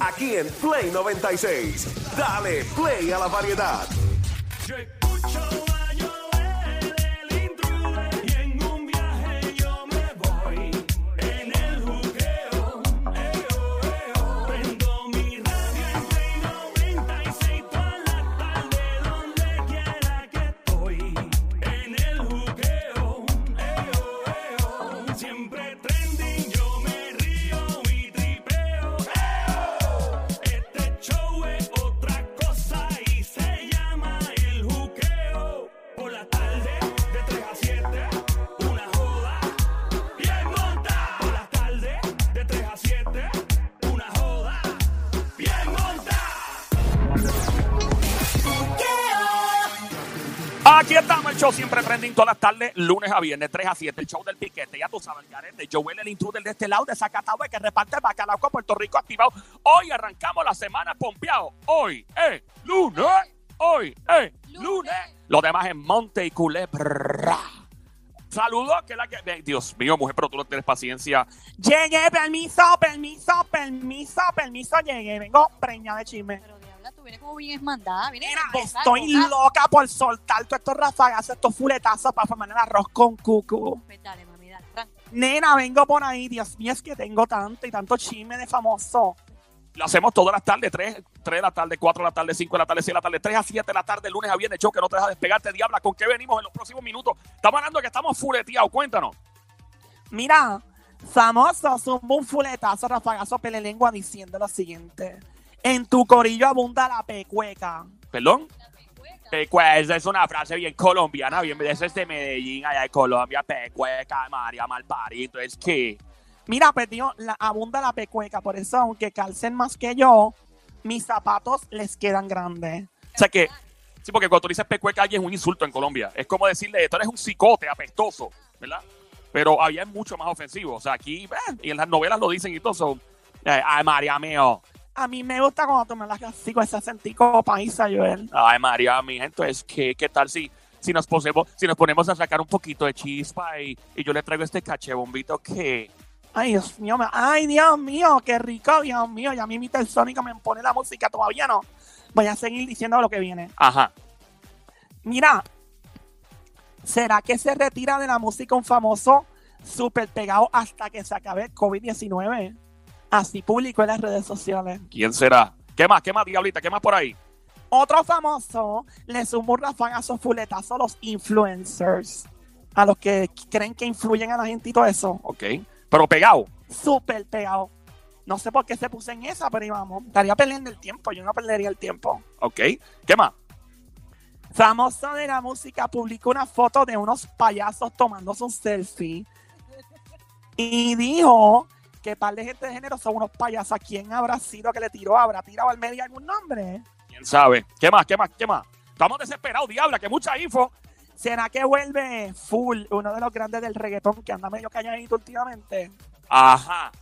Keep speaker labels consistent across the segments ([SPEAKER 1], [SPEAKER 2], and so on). [SPEAKER 1] aquí en Play 96. Dale play a la variedad.
[SPEAKER 2] Yo escucho a Joel, el intruder, y en un viaje yo me voy. En el juqueo, eo, eo. Prendo mi radio en Play 96 toda la tarde, donde quiera que estoy. En el juqueo, eo, eo. Siempre trending, yo me río y tripeo. Este show es otra cosa y se llama el juqueo. Por la tarde, de 3 a 7, una joda bien monta. Por la tarde, de 3 a 7, una joda bien monta.
[SPEAKER 3] Aquí estamos, el show siempre trending todas las tardes, lunes a viernes, 3 a 7, el show del piquete, ya tú sabes, el garete, Joel el intruder de este lado, de Zacatagua, que reparte el bacalao con Puerto Rico activado. Hoy arrancamos la semana pompeado, hoy es lunes, hoy es lunes. Lo demás es monte y culebra. Saludos, que la que... Ve, Dios mío, mujer, pero tú no tienes paciencia. Llegué, permiso, permiso, permiso, permiso, llegué, vengo preña de chisme.
[SPEAKER 4] Pero diabla, tú vienes como bien esmandada. Vienes
[SPEAKER 3] Mira,
[SPEAKER 4] embozada,
[SPEAKER 3] estoy
[SPEAKER 4] loca.
[SPEAKER 3] loca por soltar todos estos rafagazos, estos fuletazos para formar el arroz con cucu.
[SPEAKER 4] Pues dale, mami, dale. Fran,
[SPEAKER 3] Nena, vengo por ahí. Dios mío, es que tengo tanto y tanto chisme de famoso. Lo hacemos todas las tardes, 3, 3 de la tarde, 4 de la tarde, 5 de la tarde, 6 de la tarde, 3 a 7 de la tarde, lunes a viernes, show que no te deja despegarte, diabla, ¿con qué venimos en los próximos minutos? Estamos hablando de que estamos fuleteados, cuéntanos. Mira, famoso, zumbó un fuletazo, rafagazo, pelelengua, diciendo lo siguiente. En tu corillo abunda la pecueca. ¿Perdón? Pecueca es una frase bien colombiana, bien eso es de Medellín, allá de Colombia, pecueca, María Malpari, entonces qué. Mira, pues tío, la, abunda la pecueca, por eso aunque calcen más que yo, mis zapatos les quedan grandes. O sea que, sí, porque cuando tú dices pecueca, alguien es un insulto en Colombia. Es como decirle, tú eres un psicote apestoso, ¿verdad? Pero allá es mucho más ofensivo. O sea, aquí, eh, y en las novelas lo dicen y todo, son, eh, ay, María mío. A mí me gusta cuando tú me las así con ese acentico paisa, Joel. Ay, María, mi gente, es que, ¿qué tal si, si, nos posemos, si nos ponemos a sacar un poquito de chispa y, y yo le traigo este caché bombito que... Ay, Dios mío, me- ay, Dios mío, qué rico, Dios mío, ya a mí mi Sónico me pone la música, todavía no. Voy a seguir diciendo lo que viene. Ajá. Mira, ¿será que se retira de la música un famoso súper pegado hasta que se acabe el COVID-19? Así publicó en las redes sociales. ¿Quién será? ¿Qué más? ¿Qué más, diablita? ¿Qué más por ahí? Otro famoso le sumó un rafagazo fuletazo a los influencers. A los que creen que influyen a la gente y todo eso. Ok. Pero pegado. Súper pegado. No sé por qué se puse en esa, pero íbamos. Estaría perdiendo el tiempo. Yo no perdería el tiempo. Ok. ¿Qué más? Famoso de la música publicó una foto de unos payasos tomándose un selfie. Y dijo que par de gente de género son unos payasos. ¿Quién habrá sido que le tiró? ¿Habrá tirado al medio algún nombre? ¿Quién sabe? ¿Qué más? ¿Qué más? ¿Qué más? Estamos desesperados, diabla, que mucha info. ¿Será que vuelve Full, uno de los grandes del reggaetón que anda medio calladito últimamente? Ajá.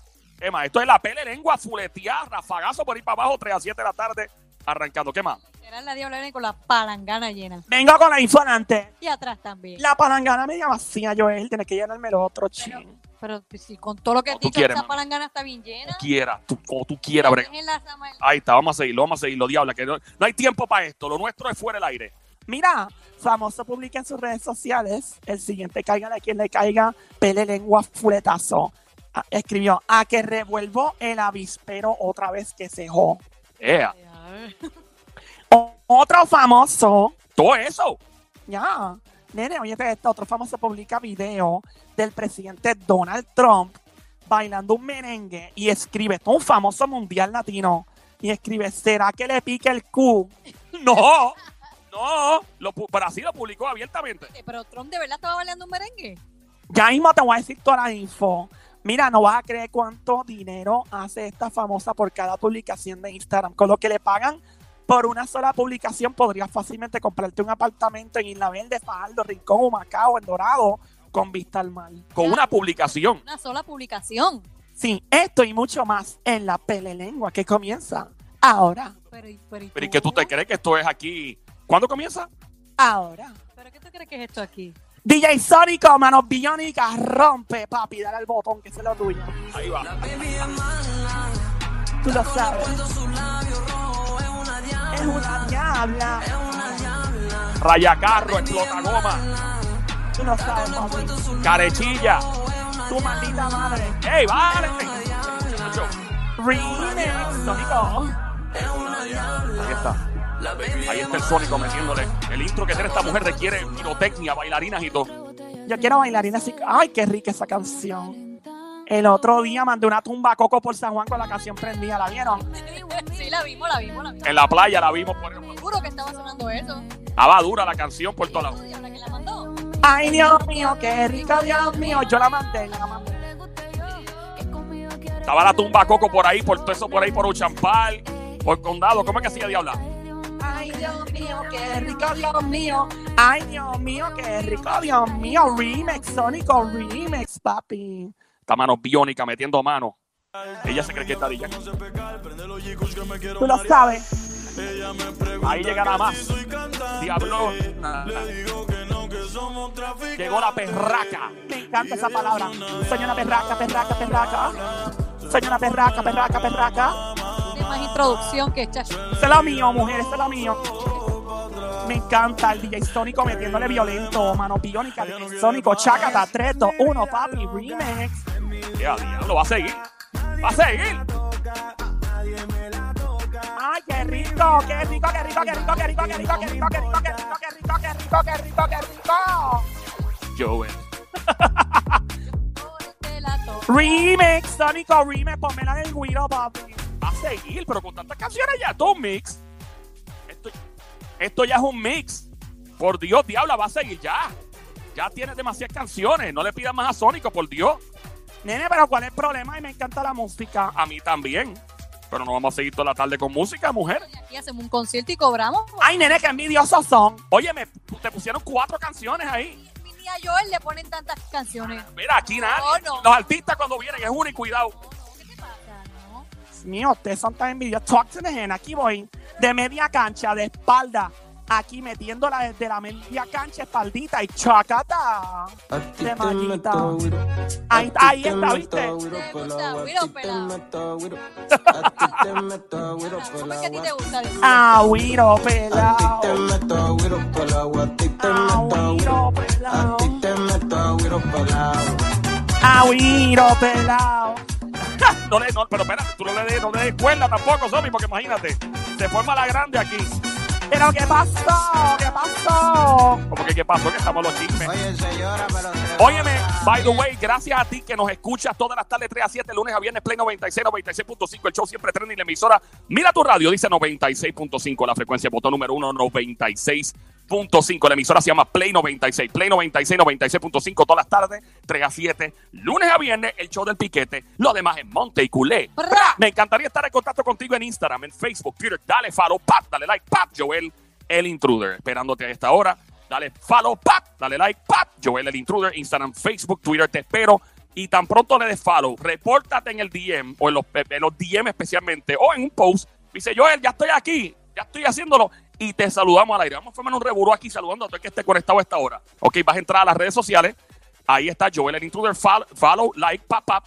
[SPEAKER 3] Emma, esto es la pele lengua fuleteada, rafagazo por ir para abajo, 3 a 7 de la tarde, arrancando. ¿Qué más?
[SPEAKER 4] era la diabla viene con la palangana llena.
[SPEAKER 3] Vengo con la info adelante.
[SPEAKER 4] Y atrás también.
[SPEAKER 3] La palangana media vacía, Joel, tienes que llenarme los otro ching.
[SPEAKER 4] Pero pues, si con todo lo que
[SPEAKER 3] No,
[SPEAKER 4] has
[SPEAKER 3] tú
[SPEAKER 4] dicho,
[SPEAKER 3] quieres,
[SPEAKER 4] esa
[SPEAKER 3] mami.
[SPEAKER 4] palangana está bien llena.
[SPEAKER 3] Quiera, tú, como tú quieras, brega.
[SPEAKER 4] Es la sama-
[SPEAKER 3] Ahí está, vamos a seguirlo, vamos a seguirlo, diabla, que no, no hay tiempo para esto, lo nuestro es fuera el aire. Mira, famoso publica en sus redes sociales, el siguiente caiga de quien le caiga, pele lengua fuletazo. Ah, Escribió, a que revuelvo el avispero otra vez que cejó.
[SPEAKER 2] Eh,
[SPEAKER 3] Yeah. Otro famoso. Todo eso. Ya. Nene, oye, esto, otro famoso publica video del presidente Donald Trump bailando un merengue y escribe, esto es un famoso mundial latino, y escribe, ¿será que le pique el Q? No, no, lo, pu- Brasil lo publicó abiertamente.
[SPEAKER 4] Eh, Pero Trump de verdad estaba bailando un merengue.
[SPEAKER 3] Ya mismo te voy a decir toda la info. Mira, no vas a creer cuánto dinero hace esta famosa por cada publicación de Instagram. Con lo que le pagan por una sola publicación, podrías fácilmente comprarte un apartamento en Isla Verde, Fajardo, Rincón, Macao, en Dorado, con vista al mar.
[SPEAKER 4] Con una
[SPEAKER 3] publicación.
[SPEAKER 4] Una sola publicación.
[SPEAKER 3] Sí, esto y mucho más en la pelelengua que comienza ahora,
[SPEAKER 4] Pero, ¿y- pero, ¿y
[SPEAKER 5] Pero ¿y qué tú te crees que esto es aquí? ¿Cuándo comienza?
[SPEAKER 3] ahora.
[SPEAKER 4] ¿Pero qué tú crees que es esto aquí?
[SPEAKER 3] DJ Sónico, manos biónicas, rompe, papi, dale al botón que se lo tuyo.
[SPEAKER 5] Ahí va.
[SPEAKER 6] La baby es mala,
[SPEAKER 3] tú lo sabes. Es una diabla,
[SPEAKER 2] Rayacarro, explotagoma,
[SPEAKER 3] tú lo sabes, papi.
[SPEAKER 2] carechilla.
[SPEAKER 3] Tu maldita madre.
[SPEAKER 2] ¡Ey, vale! Nacho,
[SPEAKER 3] Remix, Sónico.
[SPEAKER 2] Ahí está. Ahí está el Sónico metiéndole. El intro que tiene esta mujer requiere pirotecnia, bailarinas y todo.
[SPEAKER 3] Yo quiero bailarina así. Ay, qué rica esa canción. El otro día mandé una tumba a Coco por San Juan con la canción prendida. ¿La vieron?
[SPEAKER 4] Sí, la vimos, la vimos, la vimos.
[SPEAKER 2] En la playa la vimos por
[SPEAKER 4] Seguro que estaba sonando eso.
[SPEAKER 2] Estaba dura la canción por todos lados.
[SPEAKER 4] Diabla que la mandó.
[SPEAKER 3] Ay, Dios mío, qué rica, Dios mío. Yo la mandé, la mandé.
[SPEAKER 2] Estaba la tumba Coco por ahí, por todo eso, por ahí, por Uchampal, por Condado. ¿Cómo es que hacía Diabla?
[SPEAKER 3] Ay, Dios mío, qué rico, Dios mío. Ay, Dios mío, qué rico, Dios mío. Remix, Sónico Remix, papi.
[SPEAKER 2] Esta mano biónica metiendo mano. Ella se cree que está Daddy Yankee.
[SPEAKER 3] Tú lo sabes.
[SPEAKER 2] Ahí llega la más. Diablo. Llegó la perraca.
[SPEAKER 3] Me encanta esa palabra. Señora perraca, perraca, perraca. Señora perraca, perraca, perraca.
[SPEAKER 4] Tiene más introducción que chacho.
[SPEAKER 3] Este es lo mío, mujer, este es lo mío. Me encanta el DJ Sónico metiéndole violento, mano biónica, DJ Sónico, chácata, 3, 2, 1, papi, remix.
[SPEAKER 2] Ya, diablo, va a seguir. Va a seguir.
[SPEAKER 3] Ay, qué rico, qué rico, qué rico, qué rico, qué rico, qué rico, qué rico, qué rico, qué rico, qué rico, qué rico, qué rico, qué rico.
[SPEAKER 2] Joel.
[SPEAKER 4] Te la toco.
[SPEAKER 3] Remix, Sónico, remix, ponmela en el guiro, papi.
[SPEAKER 2] Va a seguir, pero con tantas canciones ya. Esto es un mix. Esto, esto ya es un mix. Por Dios, diabla, va a seguir ya. Ya tienes demasiadas canciones. No le pidas más a Sónico, por Dios.
[SPEAKER 3] Nene, pero ¿cuál es el problema? Y me encanta la música.
[SPEAKER 2] A mí también. Pero no vamos a seguir toda la tarde con música, mujer.
[SPEAKER 4] Y aquí hacemos un concierto y cobramos.
[SPEAKER 3] Ay, nene, qué envidiosos son.
[SPEAKER 2] Oye, me, te pusieron cuatro canciones ahí.
[SPEAKER 4] Mi tía Joel le ponen tantas canciones.
[SPEAKER 2] Mira, aquí nadie.
[SPEAKER 4] No, no.
[SPEAKER 2] Los artistas cuando vienen es uno y cuidado.
[SPEAKER 4] No, no, ¿qué te pasa? No.
[SPEAKER 3] Dios mío, ustedes son tan envidiosos. Talk to the hand. Aquí voy. De media cancha, de espalda. Aquí metiéndola desde la media cancha, espaldita y chacata. De manita. Ahí, ahí está, ¿viste?
[SPEAKER 4] Te gusta, güiro pelado. ¿Cómo es que a ti te gusta? Dice?
[SPEAKER 3] Agüiro pelado. Ah, Agüiro pelado. Agüiro pelado.
[SPEAKER 2] No le, no, pero espera, tú no le, des- no le des cuerda tampoco, Somi, porque imagínate, se forma la grande aquí.
[SPEAKER 3] Pero ¿qué pasó? ¿Qué pasó?
[SPEAKER 2] Como que qué pasó, que estamos los chismes.
[SPEAKER 7] Oye, señora, pero. se-
[SPEAKER 2] Óyeme, by the way, gracias a ti que nos escuchas todas las tardes 3 a 7, lunes a viernes, Play 96, 96.5, el show siempre tren y la emisora. Mira tu radio, dice 96.5, la frecuencia, botón número 1, 96.5. La emisora se llama Play 96, Play 96, 96.5 todas las tardes, 3 a 7, lunes a viernes, el show del piquete. Lo demás es monte y culé.
[SPEAKER 4] Bra.
[SPEAKER 2] Me encantaría estar en contacto contigo en Instagram, en Facebook, Twitter. Dale follow, pap, dale like, pap, Joel, el intruder. Esperándote a esta hora. Dale follow, pap, dale like, pap, Joel, el intruder. Instagram, Facebook, Twitter, te espero. Y tan pronto le des follow, repórtate en el DM o en los, en los DM especialmente o en un post. Dice, Joel, ya estoy aquí, ya estoy haciéndolo. Y te saludamos al aire. Vamos a formar un reburó aquí saludando a todo el que esté conectado a esta hora. Ok, vas a entrar a las redes sociales. Ahí está Joel, el intruder. Follow, follow like, pap, pap.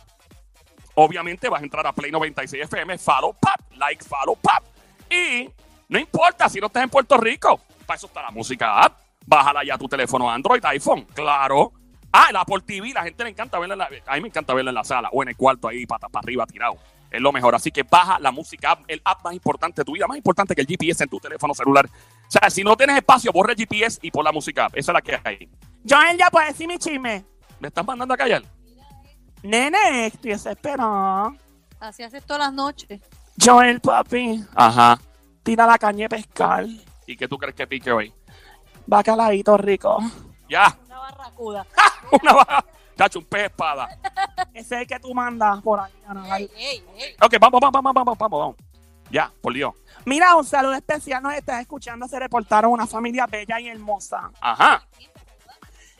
[SPEAKER 2] Obviamente vas a entrar a Play 96 FM, follow, pap, like, follow, pap. Y no importa si no estás en Puerto Rico, para eso está la música app. Bájala ya a tu teléfono Android, iPhone, claro. Ah, la Apple TV, la gente le encanta verla en la, a mí me encanta verla en la sala o en el cuarto ahí, pata para arriba tirado. Es lo mejor. Así que baja la música app, el app más importante de tu vida, más importante que el GPS en tu teléfono celular. O sea, si no tienes espacio, borra el GPS y pon la música app. Esa es la que hay.
[SPEAKER 3] Joel, ya puedes decir mi chisme.
[SPEAKER 2] ¿Me estás mandando a callar?
[SPEAKER 3] Nene, estoy desesperado.
[SPEAKER 4] Así haces todas las noches.
[SPEAKER 3] Joel, papi,
[SPEAKER 2] Ajá.
[SPEAKER 3] tira la caña de pescar.
[SPEAKER 2] ¿Y qué tú crees que pique hoy?
[SPEAKER 3] Bacaladito rico.
[SPEAKER 2] Ya.
[SPEAKER 4] Una barracuda.
[SPEAKER 2] Una baja. Chacho, un pez espada.
[SPEAKER 3] Ese es el que tú mandas por ahí a nadar.
[SPEAKER 4] Ey, ey, ey.
[SPEAKER 2] Ok, vamos, vamos, vamos, vamos, vamos, vamos. Ya, por Dios.
[SPEAKER 3] Mira, un saludo especial. Nos están escuchando. Se reportaron una familia bella y hermosa.
[SPEAKER 2] Ajá.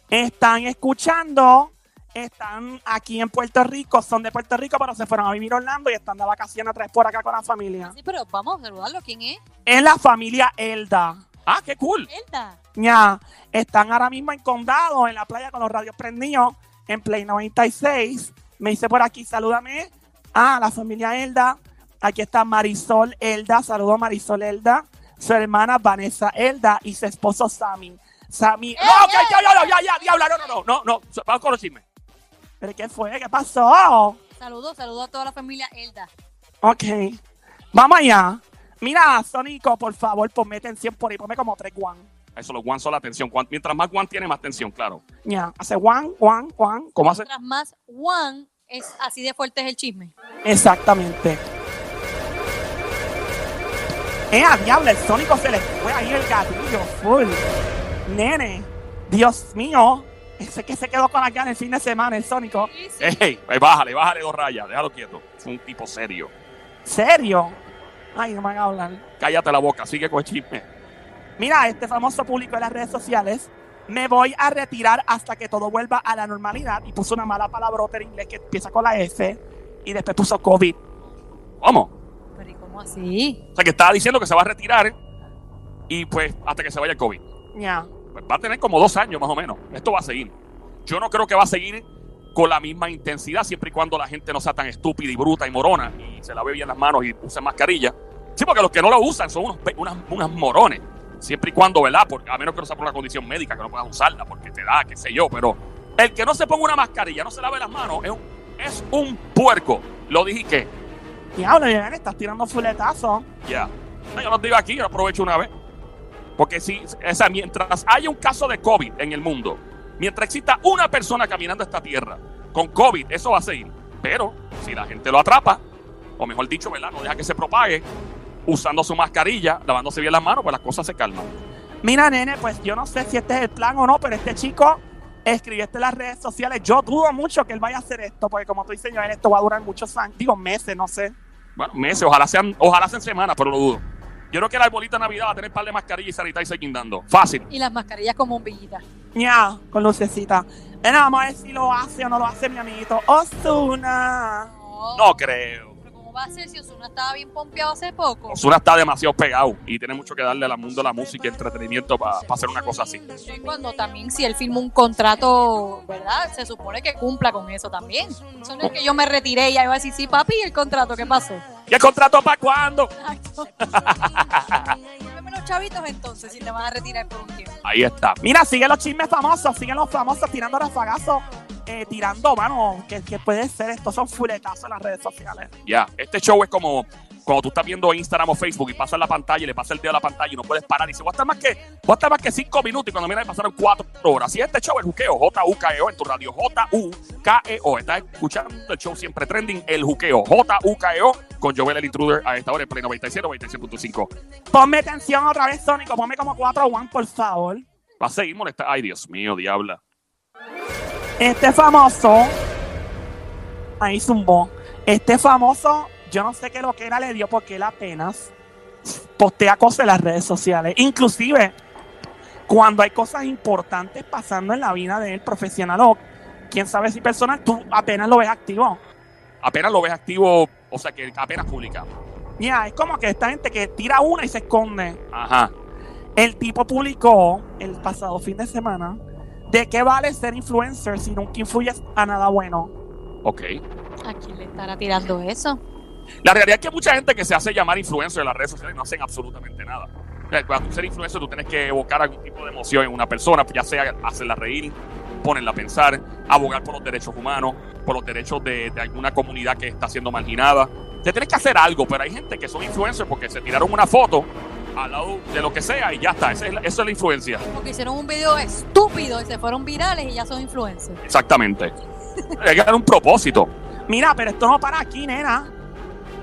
[SPEAKER 3] Están escuchando. Están aquí en Puerto Rico. Son de Puerto Rico, pero se fueron a vivir a Orlando y están de vacaciones otra vez por acá con la familia.
[SPEAKER 4] Sí, pero vamos a saludarlo. ¿Quién es?
[SPEAKER 3] Es la familia Elda.
[SPEAKER 2] Ah, qué cool.
[SPEAKER 4] Elda.
[SPEAKER 3] Ya, están ahora mismo en Condado, en la playa con los radios prendidos, en Play 96. Me dice por aquí, salúdame a la familia Elda, Aquí está Marisol Elda. Saludos, Marisol Elda. Su hermana Vanessa Elda y su esposo Sammy. Sammy. ¡Oh,
[SPEAKER 2] No, ok, ya, ya, ya, ya, diabla, no, no, no, no, no, vamos con los chismes.
[SPEAKER 3] ¿Pero qué fue? ¿Qué pasó?
[SPEAKER 4] Saludos, saludos a toda la familia Elda.
[SPEAKER 3] Ok. Vamos allá. Mira, Sonico, por favor, ponme tensión por ahí. Ponme como tres guan.
[SPEAKER 2] Eso, los guans son la tensión. Cuan- Mientras más guan tiene, más tensión, claro.
[SPEAKER 3] Ya. Hace guan, guan, guan.
[SPEAKER 2] ¿Cómo hace?
[SPEAKER 4] Tras más, Juan es así de fuerte es el chisme.
[SPEAKER 3] Exactamente. ¡Eh, a diablo! El Sónico se le fue ahí el gatillo, full. Nene, Dios mío. Ese que se quedó con acá en el fin de semana, el Sónico.
[SPEAKER 2] Ey, ey, bájale, bájale dos rayas, déjalo quieto. Es un tipo serio.
[SPEAKER 3] ¿Serio? Ay, no me van a hablar.
[SPEAKER 2] Cállate la boca, sigue con el chisme.
[SPEAKER 3] Mira, este famoso público en las redes sociales. Me voy a retirar hasta que todo vuelva a la normalidad. Y puso una mala palabrota en inglés que empieza con la F. Y después puso COVID.
[SPEAKER 2] ¿Cómo?
[SPEAKER 4] Pero ¿y cómo así?
[SPEAKER 2] O sea, que estaba diciendo que se va a retirar y pues hasta que se vaya el COVID.
[SPEAKER 3] Ya.
[SPEAKER 2] Pues va a tener como dos años más o menos. Esto va a seguir. Yo no creo que va a seguir con la misma intensidad siempre y cuando la gente no sea tan estúpida y bruta y morona y se la ve bien las manos y usa mascarilla. Sí, porque los que no la usan son unos, pe- unas, unas morones. Siempre y cuando, ¿verdad? Porque, a menos que no sea por una condición médica que no puedas usarla porque te da, qué sé yo. Pero el que no se ponga una mascarilla, no se lave las manos, es un, es un puerco. Lo dije que,
[SPEAKER 3] Diablo, Vivian, estás tirando fuletazo.
[SPEAKER 2] ya. No, yo lo digo aquí, yo aprovecho una vez. Porque si, esa, mientras haya un caso de COVID en el mundo, mientras exista una persona caminando esta tierra con COVID, eso va a seguir. Pero si la gente lo atrapa, o mejor dicho, ¿verdad? No deja que se propague, usando su mascarilla, lavándose bien las manos, pues las cosas se calman.
[SPEAKER 3] Mira, nene, pues yo no sé si este es el plan o no, pero este chico escribió esto en las redes sociales. Yo dudo mucho que él vaya a hacer esto, porque como tú dices, Joel, esto va a durar muchos años, digo meses, no sé.
[SPEAKER 2] Bueno, meses, ojalá sean, ojalá sean semanas, pero lo dudo. Yo creo que la arbolita de Navidad va a tener par de mascarillas y sanitizer guindando. Fácil.
[SPEAKER 4] Y las mascarillas como bombillitas.
[SPEAKER 3] Ya, con lucecita. Nena, vamos a ver si lo hace o no lo hace mi amiguito Osuna.
[SPEAKER 2] No creo.
[SPEAKER 4] Pero ¿cómo va a ser si Osuna estaba bien pompeado hace poco?
[SPEAKER 2] Osuna está demasiado pegado y tiene mucho que darle al mundo de la música y entretenimiento para hacer una cosa así.
[SPEAKER 4] Y Cuando también si él firmó un contrato, ¿verdad? Se supone que cumpla con eso también. Eso no es que yo me retiré y ahí va a decir, sí, papi, ¿y el contrato qué pasó?
[SPEAKER 2] ¿Y el contrato para cuándo?
[SPEAKER 4] Exacto. Dame los chavitos entonces si te vas a retirar por un tiempo.
[SPEAKER 2] Ahí está.
[SPEAKER 3] Mira, siguen los chismes famosos, siguen los famosos tirando rafagazos, eh, tirando, mano, que, que puede ser, estos son fuletazos en las redes sociales.
[SPEAKER 2] Ya, este show es como cuando tú estás viendo Instagram o Facebook y pasas la pantalla y le pasa el dedo a la pantalla y no puedes parar. Y dices, voy a estar más que, voy a estar más que cinco minutos y cuando miras pasaron cuatro horas. Y este show, el juqueo, J-U-K-E-O E en tu radio, J-U-K-E-O. E Estás escuchando el show siempre trending, el juqueo, J-U-K-E-O E con Joel el Intruder a esta hora en Play 97, 97.5.
[SPEAKER 3] Ponme atención otra vez, Sónico, ponme como 4 1, por favor.
[SPEAKER 2] Va a seguir molestando. Ay, Dios mío, diabla.
[SPEAKER 3] Este famoso. Ahí zumbó. Este famoso, yo no sé qué lo que era le dio porque él apenas postea cosas en las redes sociales. Inclusive, cuando hay cosas importantes pasando en la vida de él, profesional o quién sabe si personal, tú apenas lo ves activo.
[SPEAKER 2] Apenas lo ves activo, o sea que apenas publica.
[SPEAKER 3] Ya, es como que esta gente que tira una y se esconde.
[SPEAKER 2] Ajá.
[SPEAKER 3] El tipo publicó el pasado fin de semana de qué vale ser influencer si nunca influyes a nada bueno.
[SPEAKER 2] Ok.
[SPEAKER 4] ¿A quién le estará tirando eso?
[SPEAKER 2] La realidad es que hay mucha gente que se hace llamar influencer en las redes sociales no hacen absolutamente nada. O sea, Para tú ser influencer, tú tienes que evocar algún tipo de emoción en una persona, ya sea hacerla reír, ponerla a pensar, abogar por los derechos humanos, por los derechos de, de alguna comunidad que está siendo marginada. Te tienes que hacer algo, pero hay gente que son influencers porque se tiraron una foto al lado de lo que sea y ya está. Esa es la- esa es la influencia.
[SPEAKER 4] Porque hicieron un video estúpido y se fueron virales y ya son influencers.
[SPEAKER 2] Exactamente. Hay que dar un propósito.
[SPEAKER 3] Mira, pero esto no para aquí, nena.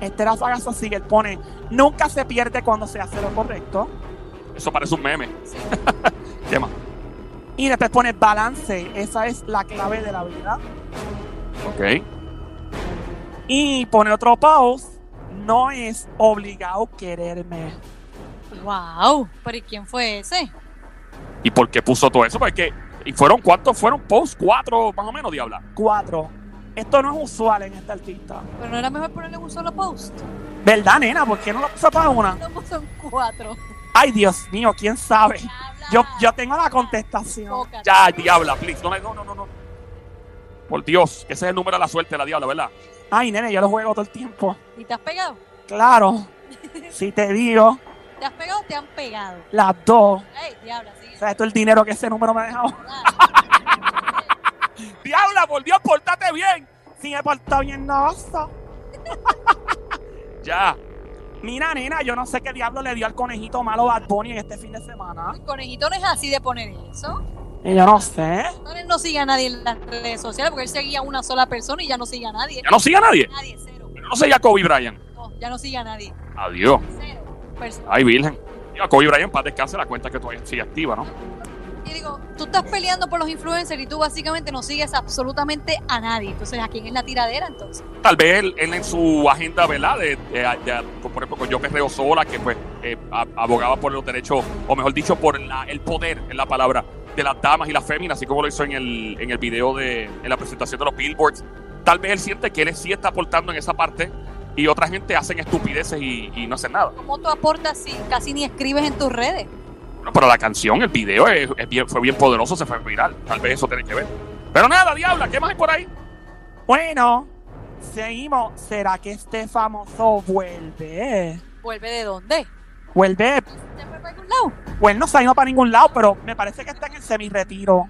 [SPEAKER 3] Este rafagazo sigue, él pone, nunca se pierde cuando se hace lo correcto.
[SPEAKER 2] Eso parece un meme.
[SPEAKER 4] Sí.
[SPEAKER 2] ¿Qué más?
[SPEAKER 3] Y después pone balance, esa es la clave de la vida.
[SPEAKER 2] Ok.
[SPEAKER 3] Y pone otro post, no es obligado quererme.
[SPEAKER 4] Wow. ¿Pero y quién fue ese?
[SPEAKER 2] ¿Y por qué puso todo eso? Porque y fueron cuántos fueron posts, cuatro más o menos, diabla.
[SPEAKER 3] Cuatro, esto no es usual en este artista.
[SPEAKER 4] Pero no era mejor ponerle un solo post.
[SPEAKER 3] ¿Verdad, nena? ¿Por qué no lo puso toda una?
[SPEAKER 4] No pues son cuatro.
[SPEAKER 3] Ay, Dios mío, ¿quién sabe? Yo, yo tengo la contestación.
[SPEAKER 4] Enfócate.
[SPEAKER 2] Ya, diabla, please. No, le- no, no, no, no. Por Dios, ese es el número de la suerte de la diabla, ¿verdad?
[SPEAKER 3] Ay, nene, yo lo juego todo el tiempo.
[SPEAKER 4] ¿Y te has pegado?
[SPEAKER 3] claro, si te digo
[SPEAKER 4] ¿Te has pegado o te han pegado?
[SPEAKER 3] las dos,
[SPEAKER 4] Ey, diabla, sí.
[SPEAKER 3] ¿sabes todo el dinero que ese número me ha dejado?
[SPEAKER 2] Diabla, por Dios, portate bien.
[SPEAKER 3] Si me portado bien, no. so.
[SPEAKER 2] Ya.
[SPEAKER 3] Mira, nena, yo no sé qué diablo le dio al conejito malo Bad Bunny en este fin de semana.
[SPEAKER 4] El conejito no es así de poner eso.
[SPEAKER 3] Y yo no sé.
[SPEAKER 4] No, él no sigue a nadie en las redes sociales porque él seguía a una sola persona y ya no sigue a nadie.
[SPEAKER 2] Ya no sigue a nadie.
[SPEAKER 4] Nadie, cero.
[SPEAKER 2] Yo no sé ya Kobe Bryant.
[SPEAKER 4] No, ya no sigue a nadie.
[SPEAKER 2] Adiós.
[SPEAKER 4] Cero. Persona.
[SPEAKER 2] Ay, virgen. Yo a Kobe Bryant, para descanse la cuenta que todavía sigue activa, ¿no?
[SPEAKER 4] Y digo, tú estás peleando por los influencers y tú básicamente no sigues absolutamente a nadie. Entonces, ¿a quién es la tiradera entonces?
[SPEAKER 2] Tal vez él, él en su agenda, ¿verdad? De, de- de- por ejemplo, con Yo Perreo Sola, que pues eh, a- abogaba por los derechos, o mejor dicho, por la- el poder, en la palabra, de las damas y las féminas, así como lo hizo en el, en el video de en la presentación de los Billboards. Tal vez él siente que él sí está aportando en esa parte y otra gente hacen estupideces y, y no hacen nada.
[SPEAKER 4] ¿Cómo tú aportas si casi ni escribes en tus redes?
[SPEAKER 2] Bueno, pero la canción, el video es- es bien- fue bien poderoso, se fue viral. Tal vez eso tiene que ver. Pero nada, diabla, ¿qué más hay por ahí?
[SPEAKER 3] Bueno, seguimos. ¿Será que este famoso vuelve?
[SPEAKER 4] ¿Vuelve de dónde?
[SPEAKER 3] Vuelve.
[SPEAKER 4] ¿Se fue para algún lado?
[SPEAKER 3] Bueno, no se ha ido para ningún lado, pero me parece que está en el semirretiro.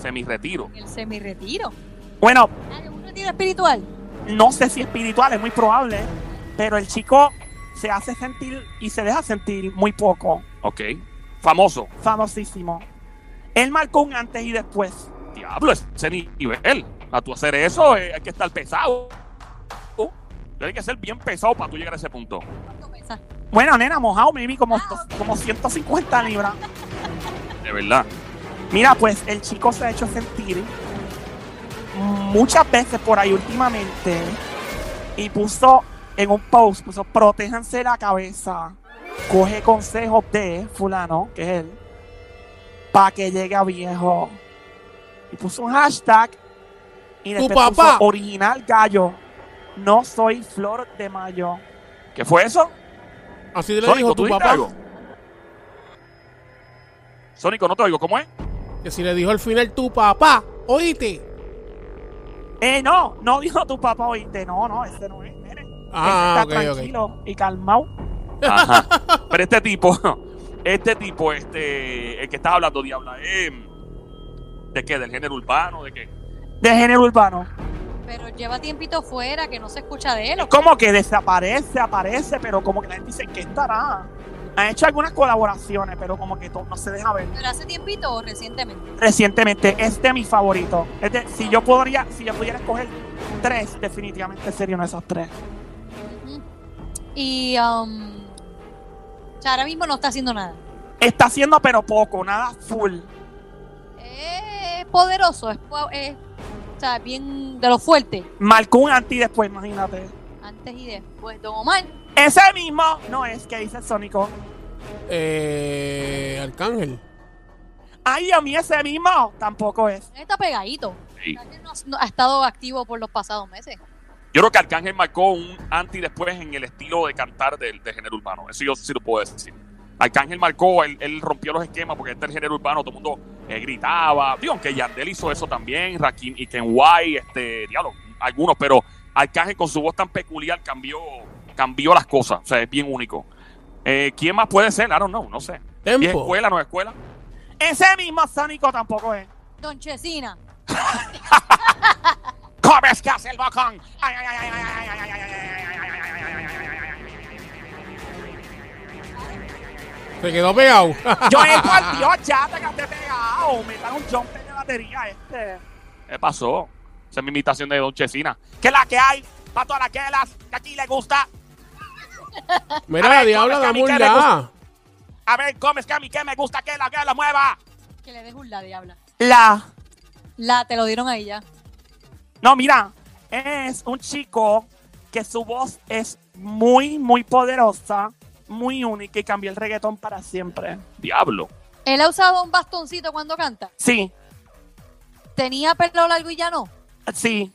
[SPEAKER 2] Semi-retiro.
[SPEAKER 4] El semirretiro.
[SPEAKER 3] Bueno,
[SPEAKER 4] Ah, ¿Un retiro espiritual?
[SPEAKER 3] no sé si espiritual, es muy probable, pero el chico se hace sentir y se deja sentir muy poco.
[SPEAKER 2] Ok. Famoso.
[SPEAKER 3] Famosísimo. Él marcó un antes y después.
[SPEAKER 2] Diablo, ese nivel. Para tú hacer eso eh, hay que estar pesado. Uh, Tiene que ser bien pesado para tú llegar a ese punto.
[SPEAKER 4] ¿Cuánto pesa?
[SPEAKER 3] Bueno, nena, mojado, maybe como,
[SPEAKER 4] Ah, ok.
[SPEAKER 3] como 150 libras.
[SPEAKER 2] De verdad.
[SPEAKER 3] Mira, pues el chico se ha hecho sentir muchas veces por ahí últimamente y puso en un post, puso, protéjanse la cabeza, coge consejos de fulano, que es él, para que llegue a viejo. Y puso un hashtag y después
[SPEAKER 7] papá.
[SPEAKER 3] puso original gallo, no soy flor de mayo.
[SPEAKER 2] ¿Qué fue eso?
[SPEAKER 7] Así le
[SPEAKER 2] Sónico,
[SPEAKER 7] dijo
[SPEAKER 2] ¿tú
[SPEAKER 7] tu
[SPEAKER 2] dijiste
[SPEAKER 7] papá.
[SPEAKER 2] algo? Sónico, no te oigo. ¿Cómo es?
[SPEAKER 7] Que si le dijo al final tu papá, oíste.
[SPEAKER 3] Eh, no, no dijo tu papá, oíste, no, no, ese no es, nene. Ese
[SPEAKER 7] Ah,
[SPEAKER 3] está
[SPEAKER 7] ok, ok.
[SPEAKER 3] tranquilo y calmado.
[SPEAKER 2] Ajá. Pero este tipo, este tipo, este, el que estás hablando, Diabla, eh, ¿de qué? ¿Del género urbano? ¿De qué?
[SPEAKER 3] De género urbano.
[SPEAKER 4] Pero lleva tiempito fuera, que no se escucha de él. ¿o
[SPEAKER 3] como que desaparece, aparece, pero como que la gente dice que estará. Ha hecho algunas colaboraciones, pero como que to- no se deja ver.
[SPEAKER 4] ¿Pero hace tiempito o recientemente?
[SPEAKER 3] Recientemente, este es mi favorito. Este, si yo podría, si yo pudiera escoger tres, definitivamente sería uno de esos tres.
[SPEAKER 4] Ujú. Y um, o sea, ahora mismo no está haciendo nada.
[SPEAKER 3] Está haciendo pero poco, nada full.
[SPEAKER 4] Es poderoso, es, po- es, o sea, bien de lo fuerte.
[SPEAKER 3] Marcó un anti después, imagínate.
[SPEAKER 4] Antes y después, Don Omar.
[SPEAKER 3] Ese mismo no es que dice el Sónico.
[SPEAKER 7] Eh, Arcángel.
[SPEAKER 3] Ay, a mí ese mismo tampoco es.
[SPEAKER 4] él Está pegadito. O
[SPEAKER 2] Sí.
[SPEAKER 4] sea, él No, no ha estado activo por los pasados meses.
[SPEAKER 2] Yo creo que Arcángel marcó un antes y después en el estilo de cantar del de género urbano. Eso yo sí lo puedo decir. Arcángel marcó, él, él rompió los esquemas porque este es el género urbano, todo el mundo eh, gritaba. Digo, aunque Yandel hizo eso también, Rakim y Ken White, este, diablo, algunos, pero Arcángel con su voz tan peculiar cambió, cambió las cosas. O sea, es bien único. Eh, ¿Quién más puede ser? I don't know, no sé. ¿Y es
[SPEAKER 7] Tempo.
[SPEAKER 2] escuela, no es escuela?
[SPEAKER 3] Ese mismo Sónico tampoco es.
[SPEAKER 4] Don Chesina.
[SPEAKER 2] ¿Cómo es que hace el bocón? Ay, ay, ay, ay, ay, ay, ay, ay, ay, ay,
[SPEAKER 7] Se quedó pegado.
[SPEAKER 3] Yo el por Dios, ya te quedaste pegado. Me dan un jump de batería este.
[SPEAKER 2] ¿Qué pasó? Esa es mi imitación de Don Chesina.
[SPEAKER 3] que la que hay para todas las que las que aquí le gusta.
[SPEAKER 7] Mira,
[SPEAKER 3] A ver,
[SPEAKER 7] diabla,
[SPEAKER 3] cómete a
[SPEAKER 7] dame
[SPEAKER 3] mi
[SPEAKER 7] un
[SPEAKER 3] cara,
[SPEAKER 7] la.
[SPEAKER 3] A ver, comes que a mí que me gusta que la que la mueva.
[SPEAKER 4] Que le dejo un la diabla.
[SPEAKER 3] La.
[SPEAKER 4] La, te lo dieron ahí ya.
[SPEAKER 3] No, mira, es un chico que su voz es muy, muy poderosa, muy única y cambió el reggaetón para siempre.
[SPEAKER 2] Diablo.
[SPEAKER 4] Él ha usado un bastoncito cuando canta.
[SPEAKER 3] Sí,
[SPEAKER 4] Tenía pelo largo y ya no.
[SPEAKER 3] sí.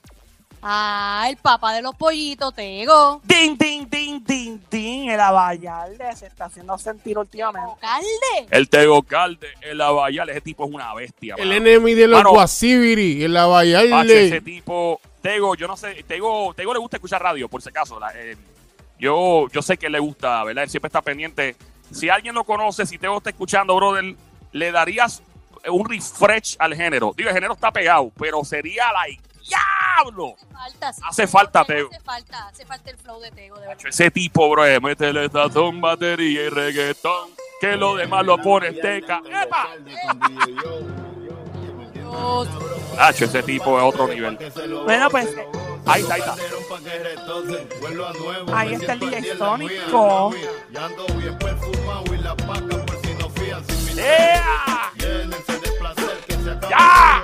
[SPEAKER 4] Ah, el papá de los pollitos, Tego.
[SPEAKER 3] Ding, ding, ding, ding, ding. El abayalde se está haciendo sentir últimamente.
[SPEAKER 4] Alcalde.
[SPEAKER 2] El Tego Calde, el Abayal, ese tipo es una bestia.
[SPEAKER 3] eh.
[SPEAKER 7] El
[SPEAKER 2] mano.
[SPEAKER 7] enemy de los
[SPEAKER 2] Mano.
[SPEAKER 7] Guasibiri,
[SPEAKER 2] Pache,
[SPEAKER 7] el
[SPEAKER 2] ese
[SPEAKER 7] Abayalde.
[SPEAKER 2] tipo, Tego, yo no sé, Tego, Tego le gusta escuchar radio, por si acaso. la- eh, Yo, yo sé que le gusta, ¿verdad? Él siempre está pendiente. Si alguien lo conoce, si Teo está escuchando, brother, le darías un refresh al género. Digo, el género está pegado, pero sería like, ¡diablo!
[SPEAKER 4] Falta, sí.
[SPEAKER 2] Hace falta, Teo.
[SPEAKER 4] Hace falta, hace falta el flow de Teo, de verdad.
[SPEAKER 2] Ese tipo, bro, es, métele estatón, batería y reggaetón, que lo demás lo pone teca. ¡Epa!
[SPEAKER 4] Dios.
[SPEAKER 2] Nacho, ese tipo es otro nivel.
[SPEAKER 3] Bueno, pues eh,
[SPEAKER 2] Ahí está, ahí está.
[SPEAKER 3] ahí está el DJ Sónico.
[SPEAKER 2] ¡Ea! ¡Ya!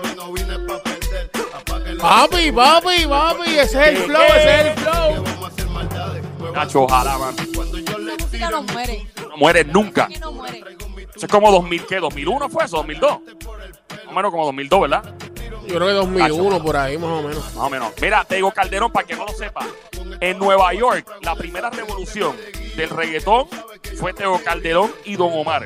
[SPEAKER 7] Papi, papi, papi, ese es el flow, ese es el flow.
[SPEAKER 2] Nacho, ojalá, man.
[SPEAKER 4] La música no muere.
[SPEAKER 2] No muere nunca.
[SPEAKER 4] Que no muere.
[SPEAKER 2] Eso es como 2000, ¿qué? ¿2001 fue eso? ¿2002? Más o menos como 2002, ¿verdad?
[SPEAKER 7] Yo creo que 2001 por ahí, más o menos.
[SPEAKER 2] Más o menos. Mira, te digo Calderón, para que no lo sepa. En Nueva York, la primera revolución del reggaetón fue Teo Calderón y Don Omar.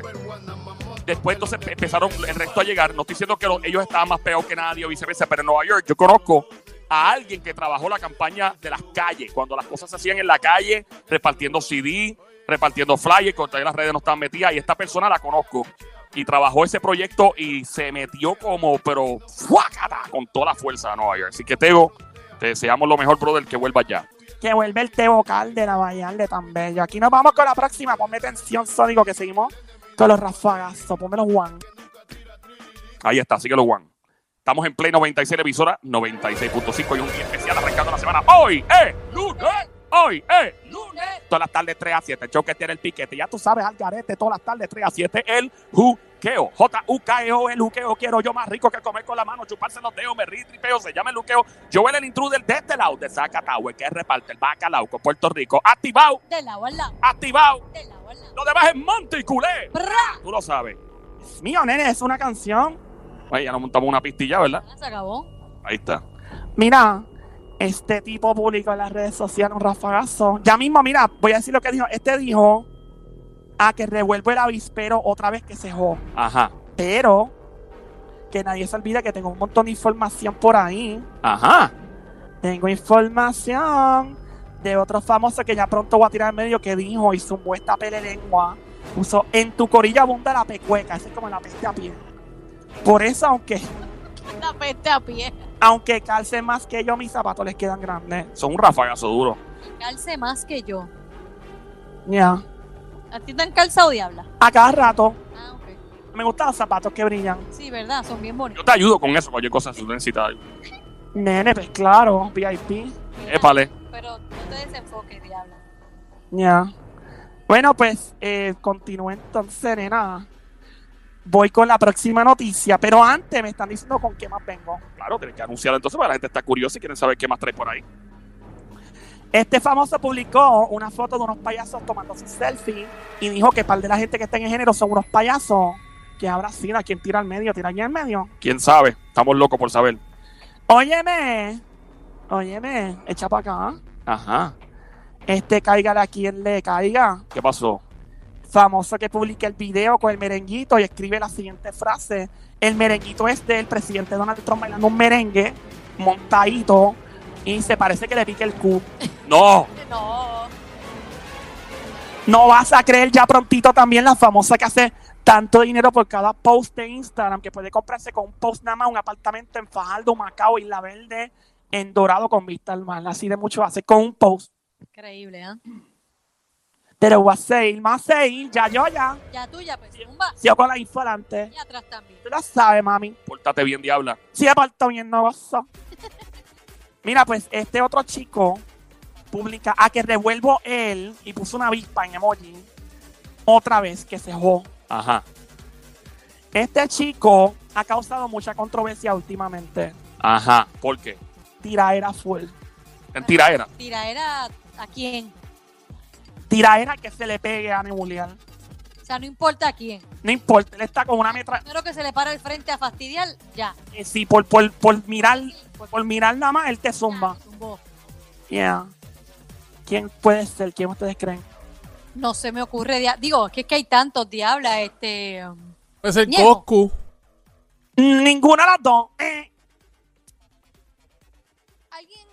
[SPEAKER 2] Después entonces empe- empezaron el resto a llegar. No estoy diciendo que lo- ellos estaban más pegados que nadie o viceversa, pero en Nueva York yo conozco a alguien que trabajó la campaña de las calles, cuando las cosas se hacían en la calle, repartiendo CD, repartiendo flyers, cuando todavía las redes no estaban metidas, y esta persona la conozco. Y trabajó ese proyecto y se metió como, pero ¡fuácata! con toda la fuerza a Nueva York. Así que Tego, te deseamos lo mejor, brother, que vuelvas ya.
[SPEAKER 3] Que vuelve el Teo Cárdenas, bailarle tan bello. Aquí nos vamos con la próxima. Ponme tensión, Sónico, que seguimos con los rafagazos. Ponme los Juan.
[SPEAKER 2] Ahí está, síguelo, Juan. Estamos en Play 96, la emisora 96.5 y un día especial arrancando la semana. Hoy es lunes, hoy es lunes. Todas las tardes 3 a 7, el show que tiene el piquete. Ya tú sabes, al garete, todas las tardes 3 a 7, el juqueo. J-U-K-E-O, E el juqueo. Quiero yo más rico que comer con la mano, chuparse los dedos, me rí, tripeo, se llama el juqueo. Joel el intruder de este lado, de Zacatahue, que reparte el bacalao con Puerto Rico. Activado,
[SPEAKER 4] De lado al lado.
[SPEAKER 2] activado.
[SPEAKER 4] De lado al lado.
[SPEAKER 2] Lo demás es monte y culé.
[SPEAKER 4] ¡Pra!
[SPEAKER 2] Tú lo sabes.
[SPEAKER 3] Mío, nene, es una canción.
[SPEAKER 2] Oye, ya nos montamos una pistilla, ¿verdad?
[SPEAKER 4] Ah, Se acabó.
[SPEAKER 2] Ahí está.
[SPEAKER 3] Mira, este tipo público en las redes sociales, un rafagazo. Ya mismo, mira, voy a decir lo que dijo. Este dijo a que revuelvo el avispero otra vez que se jo.
[SPEAKER 2] Ajá.
[SPEAKER 3] Pero que nadie se olvide que tengo un montón de información por ahí.
[SPEAKER 2] Ajá.
[SPEAKER 3] Tengo información de otro famoso que ya pronto voy a tirar en medio que dijo y zumbó esta pele lengua. Puso en tu corilla abunda la pecueca. Ese es como la peste a pie. Por eso, aunque,
[SPEAKER 4] La peste a pie.
[SPEAKER 3] aunque calce más que yo, mis zapatos les quedan grandes.
[SPEAKER 2] Son un rafagazo duro.
[SPEAKER 4] Calce más que yo.
[SPEAKER 3] Ya.
[SPEAKER 4] ¿A ti te han calzado diabla?
[SPEAKER 3] A cada rato
[SPEAKER 4] Ah, ok.
[SPEAKER 3] me gustan los zapatos que brillan.
[SPEAKER 4] Sí, ¿verdad? Son bien
[SPEAKER 2] Yo
[SPEAKER 4] bonitos.
[SPEAKER 2] te ayudo con eso, cualquier cosa si tú necesitas. algo.
[SPEAKER 3] Nene, pues claro, VIP.
[SPEAKER 4] Mira,
[SPEAKER 2] Épale.
[SPEAKER 4] Pero no te desenfoques, diabla.
[SPEAKER 3] Ya. Bueno, pues eh, continúe entonces, nena. Voy con la próxima noticia, pero antes me están diciendo con qué más vengo.
[SPEAKER 2] Claro, tienes que anunciarlo entonces para la gente está curiosa y quieren saber qué más trae por ahí.
[SPEAKER 3] Este famoso publicó una foto de unos payasos tomando su selfie y dijo que par de la gente que está en el género son unos payasos. Que habrá sido a quien tira al medio, tira aquí al medio.
[SPEAKER 2] ¿Quién sabe? Estamos locos por saber.
[SPEAKER 3] Óyeme, óyeme, echa para acá.
[SPEAKER 2] Ajá.
[SPEAKER 3] Este caiga a quien le caiga.
[SPEAKER 2] ¿Qué pasó?
[SPEAKER 3] famoso que publica el video con el merenguito y escribe la siguiente frase. El merenguito es del presidente Donald Trump bailando un merengue montadito y se parece que le pique el cu.
[SPEAKER 2] ¡No!
[SPEAKER 4] No.
[SPEAKER 3] No vas a creer ya prontito también la famosa que hace tanto dinero por cada post de Instagram que puede comprarse con un post nada más un apartamento en Fajardo, Macao, Isla Verde, en Dorado con vista al mar. Así de mucho hace con un post.
[SPEAKER 4] Increíble, ¿ah?
[SPEAKER 3] Pero voy a seguir, más seguir, ya yo ya.
[SPEAKER 4] Ya tuya, pues, zumba.
[SPEAKER 3] Sigo con la info adelante.
[SPEAKER 4] Y atrás también.
[SPEAKER 3] Tú lo sabes, mami.
[SPEAKER 2] Pórtate bien, diabla.
[SPEAKER 3] Sí, apartó bien no gozo. Mira, pues este otro chico publica a que revuelvo él y puso una avispa en emoji. Otra vez que se jodió.
[SPEAKER 2] Ajá.
[SPEAKER 3] Este chico ha causado mucha controversia últimamente.
[SPEAKER 2] Ajá. ¿Por qué?
[SPEAKER 3] Tiraera full.
[SPEAKER 2] En tiraera.
[SPEAKER 4] Tiraera a quién.
[SPEAKER 3] Tiraera que se le pegue a Nebulian.
[SPEAKER 4] O sea, no importa a quién.
[SPEAKER 3] No importa, él está con una metra.
[SPEAKER 4] Primero que se le para el frente a fastidiar, ya.
[SPEAKER 3] eh, sí, por, por, por mirar, por mirar nada más, él te zumba.
[SPEAKER 4] Ya, zumbó.
[SPEAKER 3] Yeah. ¿Quién puede ser? ¿Quién ustedes creen?
[SPEAKER 4] No se me ocurre. dia- Digo, es que, es que hay tantos diablas. Este. um,
[SPEAKER 7] Es el
[SPEAKER 4] Ñejo.
[SPEAKER 7] Coscu.
[SPEAKER 3] Ninguna de las dos. Eh.
[SPEAKER 4] Alguien.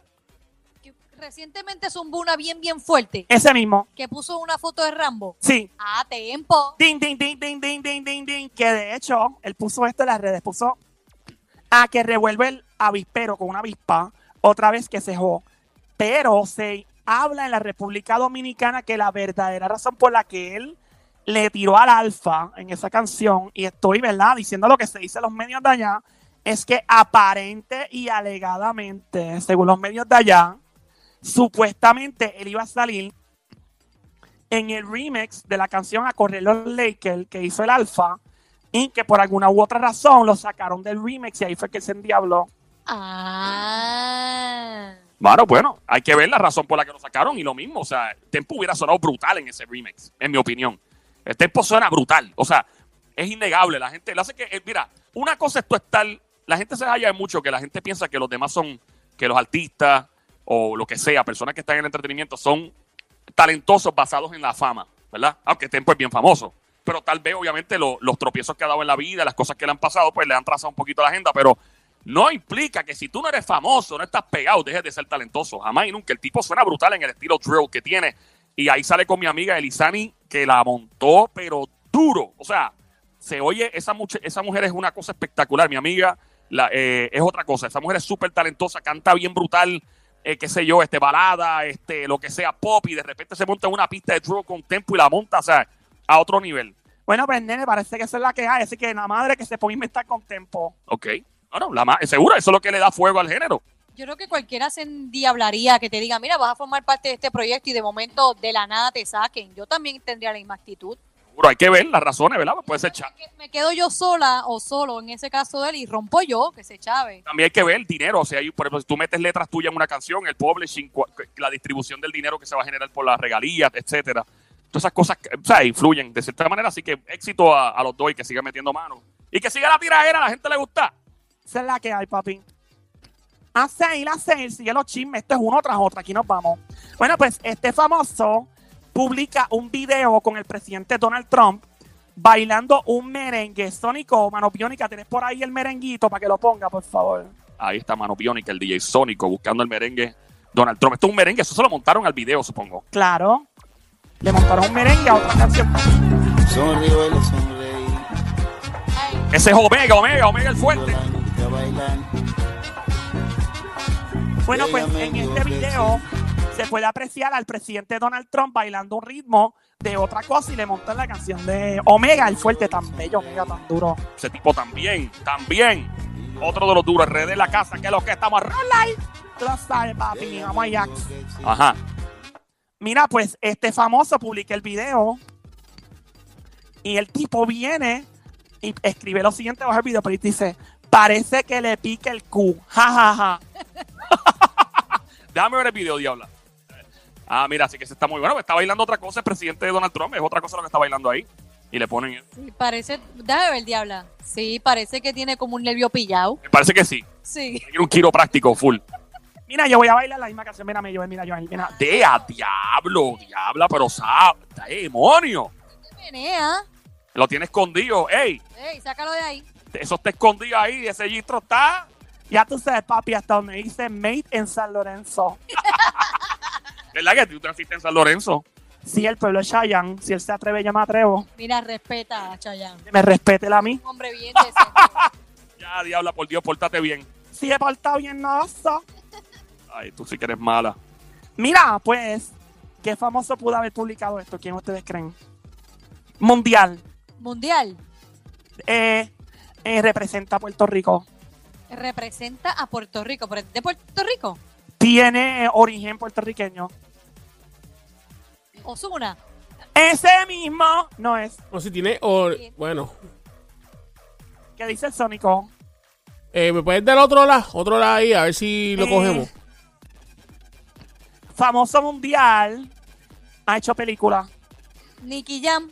[SPEAKER 4] que- Recientemente zumbó una bien, bien fuerte
[SPEAKER 3] Ese mismo.
[SPEAKER 4] que puso una foto de Rambo.
[SPEAKER 3] Sí.
[SPEAKER 4] A tiempo.
[SPEAKER 3] Ding, ding, ding, ding, ding, ding, ding, ding. Que de hecho, él puso esto en las redes. Puso a que revuelve el avispero con una avispa. Otra vez que cejó. Pero se habla en la República Dominicana que la verdadera razón por la que él le tiró al alfa en esa canción, y estoy, ¿verdad?, diciendo lo que se dice en los medios de allá, es que aparente y alegadamente, según los medios de allá, supuestamente él iba a salir en el remix de la canción A Correr los Lakers que hizo el Alfa y que por alguna u otra razón lo sacaron del remix y ahí fue que se endiabló.
[SPEAKER 4] Ah.
[SPEAKER 2] Bueno, bueno, hay que ver la razón por la que lo sacaron y lo mismo. O sea, Tempo hubiera sonado brutal en ese remix, en mi opinión. El Tempo suena brutal. O sea, es innegable. La gente le hace que. eh, mira, una cosa es tú estar. La gente se halla mucho que la gente piensa que los demás son. Que los artistas o lo que sea, personas que están en el entretenimiento, son talentosos basados en la fama, ¿verdad? Aunque Tempo es bien famoso. Pero tal vez, obviamente, lo- los tropiezos que ha dado en la vida, las cosas que le han pasado, pues le han trazado un poquito la agenda, pero no implica que si tú no eres famoso, no estás pegado, dejes de ser talentoso. Jamás y nunca. El tipo suena brutal en el estilo drill que tiene. Y ahí sale con mi amiga Elisani, que la montó, pero duro. O sea, se oye, esa, much- esa mujer es una cosa espectacular. Mi amiga la, eh, es otra cosa. Esa mujer es súper talentosa, canta bien brutal, eh, qué sé yo, este, balada, este, lo que sea, pop, y de repente se monta en una pista de drill con tempo y la monta, o sea, a otro nivel.
[SPEAKER 3] Bueno, pues nene, parece que esa es la que hay, así que la madre que se puede inventar con tempo.
[SPEAKER 2] Ok. Bueno, la ma- seguro, eso es lo que le da fuego al género.
[SPEAKER 4] Yo creo que cualquiera se endiablaría que te diga, mira, vas a formar parte de este proyecto y de momento de la nada te saquen. Yo también tendría la misma actitud.
[SPEAKER 2] Seguro, hay que ver las razones, ¿verdad? Pues Puede ser chat.
[SPEAKER 4] Que Me quedo yo sola o solo en ese caso de él y rompo yo, que se chave.
[SPEAKER 2] También hay que ver el dinero. O sea, hay- por ejemplo, si tú metes letras tuyas en una canción, el publishing, cua- la distribución del dinero que se va a generar por las regalías, etcétera. Todas esas cosas que, o sea, influyen de cierta manera. Así que éxito a, a los dos y que sigan metiendo mano. Y que siga la tiradera, a la gente le gusta.
[SPEAKER 3] Esa es la que hay, papi. A seguir, a seguir, sigue los chismes. Esto es uno tras otro. Aquí nos vamos. Bueno, pues este famoso publica un video con el presidente Donald Trump bailando un merengue. Sónico, mano biónica, tenés por ahí el merenguito para que lo ponga, por favor.
[SPEAKER 2] Ahí está Mano Biónica, el DJ Sónico, buscando el merengue. Donald Trump. Esto es un merengue, eso se lo montaron al video, supongo.
[SPEAKER 3] Claro. Le montaron un merengue a otra canción.
[SPEAKER 8] Sonríe, baila, sonreí.
[SPEAKER 4] Ay,
[SPEAKER 2] Ese es Omega, Omega, Omega el fuerte.
[SPEAKER 8] Bailando, bailando.
[SPEAKER 3] Bueno, pues en este video se puede apreciar al presidente Donald Trump bailando un ritmo de otra cosa y le montan la canción de Omega, el fuerte, tan bello, Omega, tan duro.
[SPEAKER 2] Ese tipo también, también. Otro de los duros, redes de la casa, que es lo que estamos.
[SPEAKER 3] Online. Tú lo sabes, papi. Vamos a Jax.
[SPEAKER 2] Ajá.
[SPEAKER 3] Mira, pues este famoso publica el video y el tipo viene y escribe lo siguiente bajo el video, pero dice, parece que le pica el Q. Ja, ja, ja.
[SPEAKER 2] Déjame ver el video, diabla. Ah, mira, así que se está muy bueno. Está bailando otra cosa el presidente de Donald Trump. Es otra cosa lo que está bailando ahí. Y le ponen.
[SPEAKER 4] sí, parece, déjame ver, diabla. Sí, parece que tiene como un nervio pillado.
[SPEAKER 2] Me parece que sí.
[SPEAKER 4] Sí.
[SPEAKER 2] Hay un quiro práctico full.
[SPEAKER 3] Mira, yo voy a bailar la misma canción. Mírame, Joel, mira, Joel, mira.
[SPEAKER 2] De a diablo, diabla, pero sabe. demonio!
[SPEAKER 4] Te menea.
[SPEAKER 2] Lo tiene escondido. ¡Ey!
[SPEAKER 4] Ey, sácalo de ahí.
[SPEAKER 2] Eso está escondido ahí. Ese gistro está.
[SPEAKER 3] Ya tú sabes, papi, hasta donde dice Made en San Lorenzo.
[SPEAKER 2] ¿Verdad que tú naciste en San Lorenzo?
[SPEAKER 3] Si el pueblo es Cheyenne, si él se atreve, yo me atrevo.
[SPEAKER 4] Mira, respeta a Chayanne.
[SPEAKER 3] Que me respete él a mí.
[SPEAKER 4] Un hombre bien decente.
[SPEAKER 2] Ya, diabla, por Dios, pórtate bien.
[SPEAKER 3] Si he portado bien, no oso.
[SPEAKER 2] Ay, tú sí que eres mala.
[SPEAKER 3] Mira, pues, ¿qué famoso pudo haber publicado esto? ¿Quién ustedes creen? Mundial.
[SPEAKER 4] Mundial.
[SPEAKER 3] Eh, eh, representa a Puerto Rico.
[SPEAKER 4] Representa a Puerto Rico. pero es ¿De Puerto Rico?
[SPEAKER 3] Tiene eh, origen puertorriqueño.
[SPEAKER 4] Osuna.
[SPEAKER 3] Ese mismo no es.
[SPEAKER 7] No, si tiene. o- bueno,
[SPEAKER 3] ¿Qué dice el Sónico?
[SPEAKER 7] eh, ¿me puedes dar otro la? Otro la ahí, a ver si lo
[SPEAKER 3] Eh,
[SPEAKER 7] cogemos.
[SPEAKER 3] Famoso mundial. Ha hecho película.
[SPEAKER 4] Nicky Jam,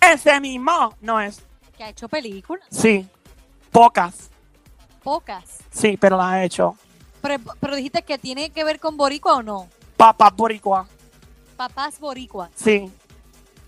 [SPEAKER 3] Ese mismo no es.
[SPEAKER 4] que ha hecho películas.
[SPEAKER 3] Sí. Pocas.
[SPEAKER 4] Pocas.
[SPEAKER 3] Sí, pero las ha hecho.
[SPEAKER 4] Pero, pero dijiste que tiene que ver con boricua o no.
[SPEAKER 3] Papá Boricua.
[SPEAKER 4] Papás boricua.
[SPEAKER 3] Sí.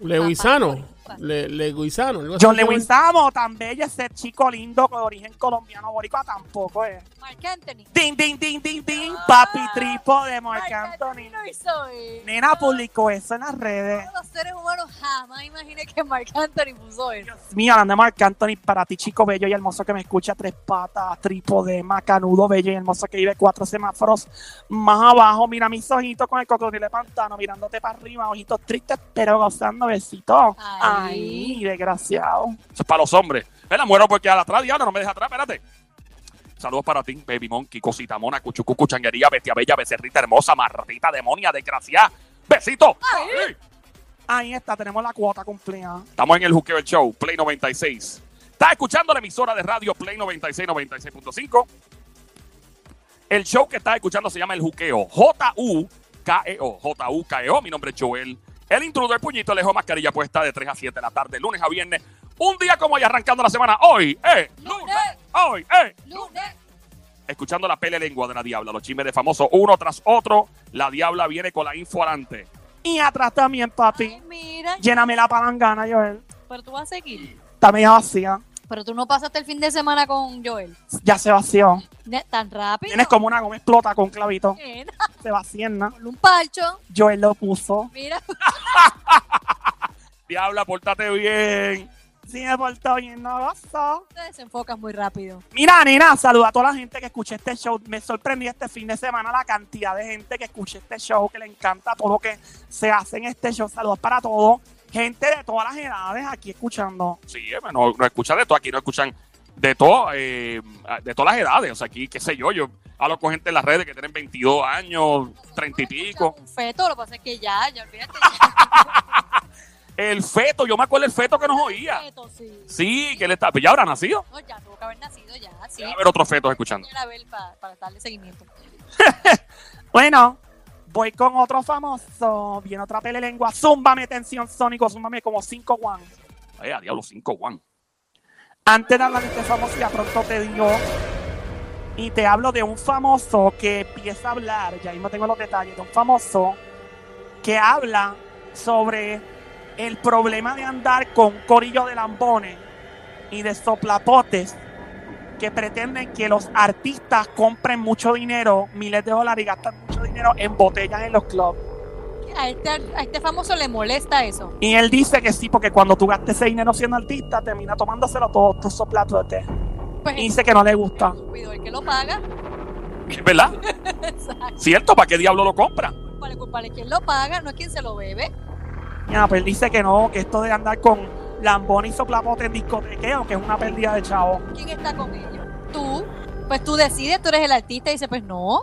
[SPEAKER 7] Lewisano.
[SPEAKER 4] Papás boricua.
[SPEAKER 7] Le, Leguizano. algo así
[SPEAKER 3] John
[SPEAKER 7] se llama.
[SPEAKER 3] Leguizamo, tan bella ese chico lindo de origen colombiano boricua tampoco es.
[SPEAKER 4] Marc Anthony.
[SPEAKER 3] Ding, ding, ding, ding, ding, papi tripo de Marc
[SPEAKER 4] Marc
[SPEAKER 3] Anthony.
[SPEAKER 4] Ah. lo hizo hoy.
[SPEAKER 3] Nena publicó eso en las redes.
[SPEAKER 4] Todos los seres humanos jamás imaginé que Marc Anthony puso eso.
[SPEAKER 3] Dios mío, hablando de Marc Anthony, para ti, chico bello y hermoso que me escucha, tres patas, trípode, macanudo, bello y hermoso que vive cuatro semáforos más abajo. Mira mis ojitos con el cocodrilo de pantano, mirándote para arriba, ojitos tristes, pero gozando, besito.
[SPEAKER 4] Ay.
[SPEAKER 3] Ay, desgraciado.
[SPEAKER 2] Eso es para los hombres. Espera, muero porque al atrás, diablo, no me deja atrás, espérate. Saludos para ti, Baby Monkey, Cosita Mona, Cuchucucu, Changuería, Bestia Bella, Becerrita Hermosa, Martita, Demonia, Desgraciada. ¡Besito! Ay.
[SPEAKER 3] Ahí está, tenemos la cuota cumplida.
[SPEAKER 2] Estamos en el Juqueo del Show, Play 96. Estás escuchando la emisora de radio Play 96, 96.5. El show que estás escuchando se llama El Juqueo. J-U-K-E-O. J-U-K-E-O. E Mi nombre es Joel. El intruder, el puñito, lejos, mascarilla puesta de 3 a 7 de la tarde, lunes a viernes. Un día como hoy, arrancando la semana. Hoy, eh, lunes. Hoy, eh,
[SPEAKER 4] Lunes.
[SPEAKER 2] escuchando la pele lengua de la diabla, los chismes de famosos uno tras otro. La diabla viene con la info adelante.
[SPEAKER 3] Y atrás también, papi.
[SPEAKER 4] Ay, mira.
[SPEAKER 3] Lléname la palangana, Joel.
[SPEAKER 4] Pero tú vas a seguir.
[SPEAKER 3] Está media vacía.
[SPEAKER 4] Pero tú no pasaste el fin de semana con Joel.
[SPEAKER 3] Ya se vació.
[SPEAKER 4] Ne- Tan rápido.
[SPEAKER 3] Tienes como una goma explota con un clavito.
[SPEAKER 4] Nena,
[SPEAKER 3] Se vacía, ¿no?
[SPEAKER 4] Ponle un palcho.
[SPEAKER 3] Joel lo puso.
[SPEAKER 4] Mira.
[SPEAKER 2] Diabla, pórtate bien.
[SPEAKER 3] Sí, me portó bien, no gozó.
[SPEAKER 4] Te desenfocas muy rápido.
[SPEAKER 3] Mira, nena, saluda a toda la gente que escucha este show. Me sorprendí este fin de semana la cantidad de gente que escucha este show, que le encanta todo lo que se hace en este show. Saludos para todos. Gente de todas las edades aquí escuchando.
[SPEAKER 2] Sí, eh, no, no escuchan de todo. Aquí no escuchan de todo, eh, de todas las edades. O sea, aquí, qué sé yo, yo hablo con gente en las redes que tienen 22 años, 30 y pico.
[SPEAKER 4] Un feto, lo que pasa es que ya, ya olvídate. ya.
[SPEAKER 2] El feto, yo me acuerdo el feto que nos oía.
[SPEAKER 4] Feto, sí.
[SPEAKER 2] Sí, que él está. Pues ya habrá nacido.
[SPEAKER 4] No, ya tuvo que haber nacido ya, sí.
[SPEAKER 2] Ya va a haber otros fetos escuchando.
[SPEAKER 4] Era Abel pa- para darle seguimiento.
[SPEAKER 3] Bueno, voy con otro famoso. Viene otra pele lengua. Zúmbame, tensión sónico. Zúmbame como 5 one.
[SPEAKER 2] Ay, a diablo, 5 Juan.
[SPEAKER 3] Antes de hablar de este famoso, ya pronto te digo. Y te hablo de un famoso que empieza a hablar, ya mismo tengo los detalles, de un famoso que habla sobre el problema de andar con un corillo de lambones y de soplapotes que pretenden que los artistas compren mucho dinero, miles de dólares y gastan mucho dinero en botellas en los clubs.
[SPEAKER 4] A este, a este famoso le molesta eso.
[SPEAKER 3] Y él dice que sí, porque cuando tú gastes ese dinero siendo artista, termina tomándoselo todos tus soplapotes.
[SPEAKER 4] Pues
[SPEAKER 3] Y dice que no le gusta.
[SPEAKER 4] Cuidó el que lo paga,
[SPEAKER 2] Es verdad. ¿Cierto? ¿Para qué diablo lo compra?
[SPEAKER 4] culpale, culpale quien lo paga, no es quien se lo bebe.
[SPEAKER 3] Ya, pues él dice que no, que esto de andar con lambones y soplapote en discotequeo, que es una pérdida de chavo.
[SPEAKER 4] ¿Quién está con ellos? Tú. Pues tú decides, tú eres el artista y dices, pues no.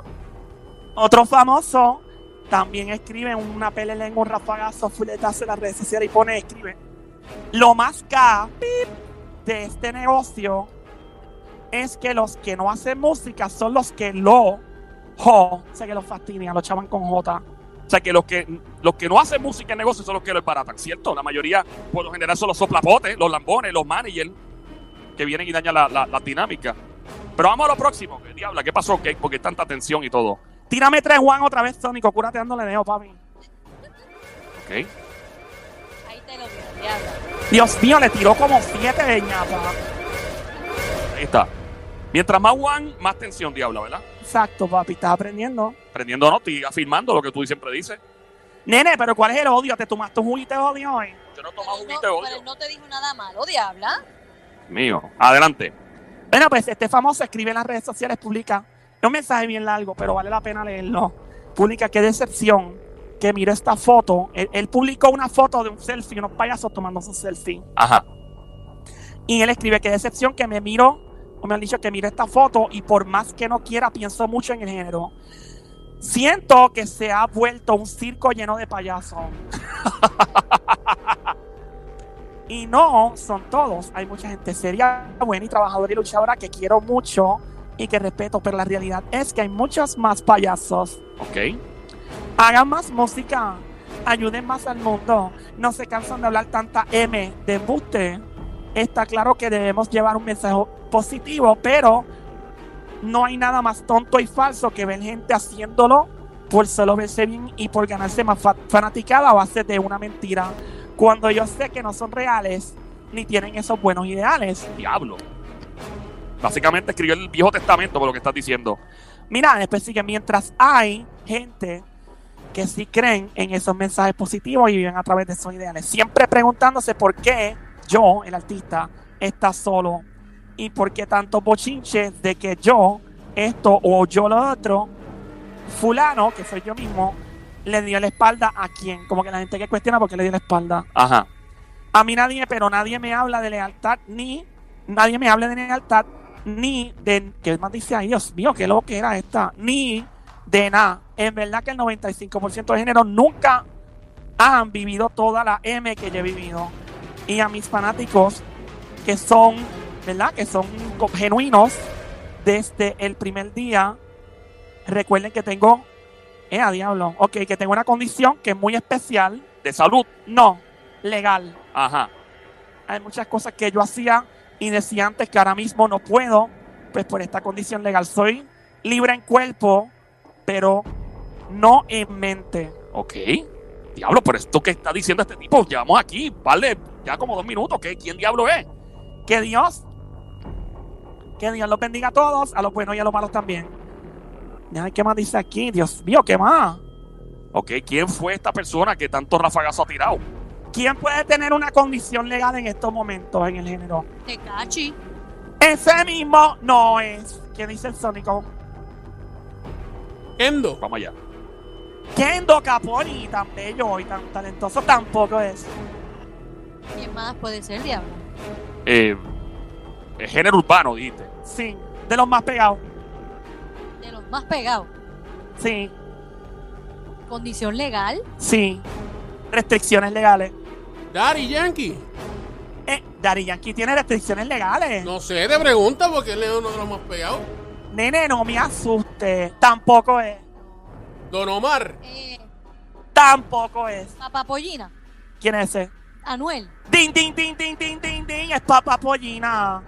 [SPEAKER 3] Otro famoso también escribe una pele lengua, un rafagazo, fuletazo en las redes sociales y pone, escribe. Lo más K pip, de este negocio es que los que no hacen música son los que lo jo, o sea que los fastidian, los chaman con J.
[SPEAKER 2] O sea, que los que los que no hacen música en negocios son los que lo embaratan, ¿cierto? La mayoría, por lo general, son los soplapotes, los lambones, los managers que vienen y dañan la, la- la dinámica. Pero vamos a lo próximo. ¿Qué diabla? ¿Qué pasó? ¿Qué, porque tanta tensión y todo.
[SPEAKER 3] Tírame tres Juan otra vez, Sónico, cúrate dándole neo, papi.
[SPEAKER 2] ¿Ok?
[SPEAKER 4] Ahí te lo digo, diablo.
[SPEAKER 3] Dios mío, le tiró como siete de ñapa.
[SPEAKER 2] Ahí está. Mientras más one, más tensión, diabla, ¿verdad?
[SPEAKER 3] Exacto, papi, estás aprendiendo.
[SPEAKER 2] Prendiendo nota y afirmando lo que tú siempre dices.
[SPEAKER 3] Nene, pero ¿cuál es el odio? ¿Te tomaste un juguito de odio hoy?
[SPEAKER 2] Yo no he
[SPEAKER 4] Pero
[SPEAKER 2] tomado
[SPEAKER 4] él
[SPEAKER 2] un
[SPEAKER 4] no,
[SPEAKER 2] de
[SPEAKER 4] pero
[SPEAKER 2] odio.
[SPEAKER 4] él no te dijo nada malo, diabla.
[SPEAKER 2] Mío. Adelante.
[SPEAKER 3] Bueno, pues este famoso escribe en las redes sociales, publica. Es un mensaje bien largo, pero vale la pena leerlo. Publica, qué decepción que miró esta foto. Él, él publicó una foto de un selfie, unos payasos tomando su selfie.
[SPEAKER 2] Ajá.
[SPEAKER 3] Y él escribe, qué decepción que me miro, o me han dicho que miro esta foto y por más que no quiera, pienso mucho en el género. Siento que se ha vuelto un circo lleno de payasos. y no son todos. Hay mucha gente seria, buena y trabajadora y luchadora que quiero mucho y que respeto, pero la realidad es que hay muchos más payasos.
[SPEAKER 2] Ok.
[SPEAKER 3] Hagan más música, ayuden más al mundo. No se cansan de hablar tanta M de embuste. Está claro que debemos llevar un mensaje positivo, pero no hay nada más tonto y falso que ver gente haciéndolo por solo verse bien y por ganarse más fa- fanaticada a base de una mentira. cuando yo sé que no son reales ni tienen esos buenos ideales.
[SPEAKER 2] Diablo. Básicamente escribió el Viejo Testamento por lo que estás diciendo.
[SPEAKER 3] Mira, después sigue, mientras hay gente que sí creen en esos mensajes positivos y viven a través de esos ideales, siempre preguntándose por qué yo, el artista, está solo y por qué tantos bochinches de que yo esto o yo lo otro, fulano, que soy yo mismo, le dio la espalda a quién, como que la gente que cuestiona por qué le dio la espalda.
[SPEAKER 2] Ajá.
[SPEAKER 3] A mí nadie, pero nadie me habla de lealtad, ni nadie me habla de lealtad, ni de. ¿Qué más dice ahí? Dios mío, qué loco que era esta. Ni de nada. En verdad que el 95% de géneros nunca han vivido toda la M que yo he vivido. Y a mis fanáticos, que son, ¿verdad? Que son co- genuinos desde el primer día. Recuerden que tengo. Eh, a diablo. Ok, que tengo una condición que es muy especial.
[SPEAKER 2] De salud.
[SPEAKER 3] No, legal
[SPEAKER 2] Ajá.
[SPEAKER 3] hay muchas cosas que yo hacía y decía antes que ahora mismo no puedo, pues por esta condición legal. Soy libre en cuerpo, pero no en mente.
[SPEAKER 2] Ok. Diablo, pero esto que está diciendo este tipo, llevamos aquí, vale, ya como dos minutos. ¿qué? ¿Quién diablo es?
[SPEAKER 3] Que Dios, que Dios los bendiga a todos, a los buenos y a los malos también. Ay, ¿Qué más dice aquí? Dios mío, ¿qué más?
[SPEAKER 2] Ok, ¿quién fue esta persona que tanto rafagazo ha tirado?
[SPEAKER 3] ¿Quién puede tener una condición legal en estos momentos en el género?
[SPEAKER 4] Tecachi.
[SPEAKER 3] Ese mismo no es. ¿Qué dice el Sónico?
[SPEAKER 7] Endo.
[SPEAKER 2] Vamos allá.
[SPEAKER 3] Kendo Caponi, tan bello y tan talentoso, tampoco es.
[SPEAKER 4] ¿Quién más puede ser, diablo?
[SPEAKER 2] Eh, eh, género urbano, dijiste.
[SPEAKER 3] Sí, de los más pegados.
[SPEAKER 4] De los más pegados.
[SPEAKER 3] Sí,
[SPEAKER 4] Condición legal.
[SPEAKER 3] sí. Restricciones legales.
[SPEAKER 7] Daddy Yankee.
[SPEAKER 3] Eh, Daddy Yankee tiene restricciones legales.
[SPEAKER 7] No sé, te pregunta porque él es uno de los más pegados.
[SPEAKER 3] Nene, no me asuste. Tampoco es.
[SPEAKER 7] Don Omar.
[SPEAKER 4] Eh,
[SPEAKER 3] Tampoco es.
[SPEAKER 4] Papapollina.
[SPEAKER 3] ¿Quién es ese?
[SPEAKER 4] Anuel.
[SPEAKER 3] Din, din, din, din, din, din, din. Es Papá Pollina.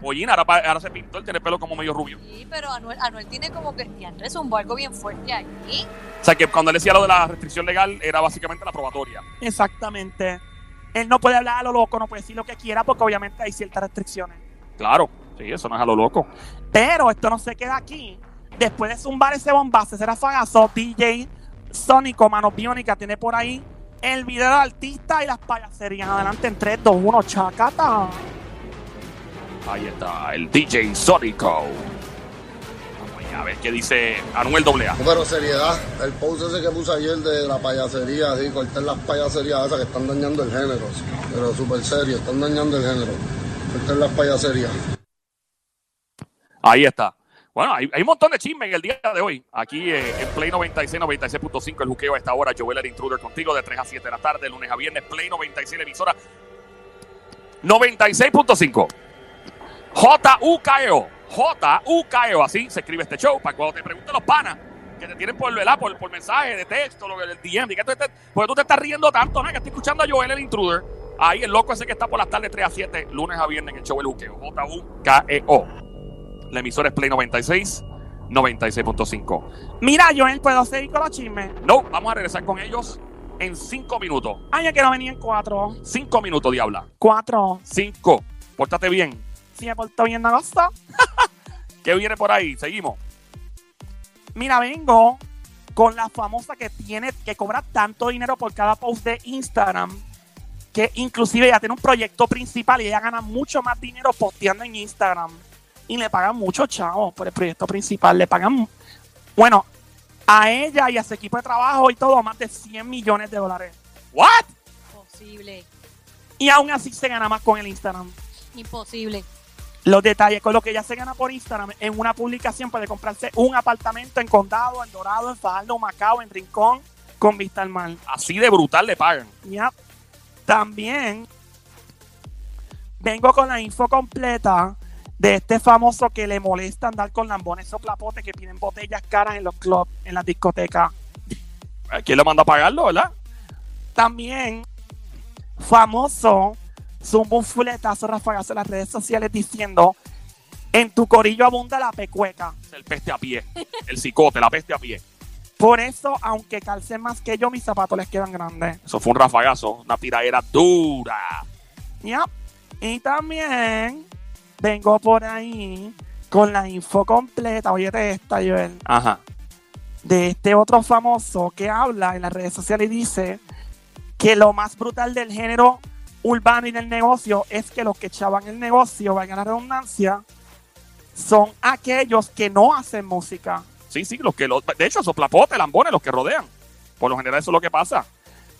[SPEAKER 2] Pollina, ahora, pa- ahora se pintó, él tiene el pelo como medio rubio.
[SPEAKER 4] Sí, pero Anuel, Anuel tiene como que Cristian resumbó algo bien fuerte ahí.
[SPEAKER 2] O sea, que cuando él decía lo de la restricción legal, era básicamente la probatoria.
[SPEAKER 3] Exactamente. Él no puede hablar a lo loco, no puede decir lo que quiera porque obviamente hay ciertas restricciones.
[SPEAKER 2] Claro, sí, eso no es a lo loco.
[SPEAKER 3] Pero esto no se queda aquí. Después de zumbar ese bombazo, ese rafagazo, DJ Sónico, Manos Biónica, tiene por ahí el video del artista y las payaserías. Adelante en 3, 2, 1, chacata.
[SPEAKER 2] Ahí está, el DJ Sónico. Vamos allá, a ver qué dice Anuel AA.
[SPEAKER 9] Pero seriedad, el post ese que puse ayer de la payasería, así, cortar las payaserías esas que están dañando el género, pero súper serio, están dañando el género, cortar las payaserías.
[SPEAKER 2] Ahí está. Bueno, hay, hay un montón de chisme en el día de hoy. Aquí eh, en Play 96, 96.5, el juqueo a esta hora. Joel el Intruder contigo de 3 a 7 de la tarde, lunes a viernes. Play 96, la emisora 96.5. J-U-K-E-O. J-U-K-E-O. Así se escribe este show. Para cuando te pregunten los panas que te tienen por, ¿verdad? por, por mensaje de texto, lo que el DM. di que tú te- porque tú te estás riendo tanto, ¿no? que estoy escuchando a Joel el Intruder. Ahí el loco ese que está por las tardes 3 a 7, lunes a viernes en el show El Juqueo. J-U-K-E-O. La emisora es Play 96, 96.5.
[SPEAKER 3] Mira, Joel, ¿puedo seguir con los chismes?
[SPEAKER 2] No, vamos a regresar con ellos en 5 minutos.
[SPEAKER 3] Ay, es que no venían 4.
[SPEAKER 2] 5 minutos, diabla.
[SPEAKER 3] 4.
[SPEAKER 2] 5. Pórtate bien.
[SPEAKER 3] Si me porto bien en agosto.
[SPEAKER 2] ¿Qué viene por ahí? Seguimos.
[SPEAKER 3] Mira, vengo con la famosa que tiene, que cobra tanto dinero por cada post de Instagram, que inclusive ella tiene un proyecto principal y ella gana mucho más dinero posteando en Instagram. Y le pagan mucho, chavos, por el proyecto principal. Le pagan, bueno, a ella y a su equipo de trabajo y todo, más de 100 millones de dólares.
[SPEAKER 2] ¿What?
[SPEAKER 4] Posible.
[SPEAKER 3] Y aún así se gana más con el Instagram.
[SPEAKER 4] Imposible.
[SPEAKER 3] Los detalles con lo que ella se gana por Instagram en una publicación puede comprarse un apartamento en Condado, en Dorado, en Fajardo, Macao, en Rincón, con vista al mar.
[SPEAKER 2] Así de brutal le pagan.
[SPEAKER 3] Yep. También vengo con la info completa de este famoso que le molesta andar con lambones soplapotes que piden botellas caras en los clubs, en las discotecas.
[SPEAKER 2] Eh, ¿Quién le manda a pagarlo, verdad?
[SPEAKER 3] También famoso zumbó un fuletazo rafagazo en las redes sociales diciendo en tu corillo abunda la pecueca.
[SPEAKER 2] Es el peste a pie. El cicote, la peste a pie.
[SPEAKER 3] Por eso, aunque calcé más que yo, mis zapatos les quedan grandes.
[SPEAKER 2] Eso fue un rafagazo, una tiradera dura.
[SPEAKER 3] Yep. Y también vengo por ahí con la info completa, óyete esta, Joel,
[SPEAKER 2] Ajá.
[SPEAKER 3] de este otro famoso que habla en las redes sociales y dice que lo más brutal del género urbano y del negocio es que los que echaban el negocio, valga la redundancia, son aquellos que no hacen música.
[SPEAKER 2] Sí, sí, los que los, de hecho, esos plapotes, lambones, los que rodean. Por lo general, eso es lo que pasa.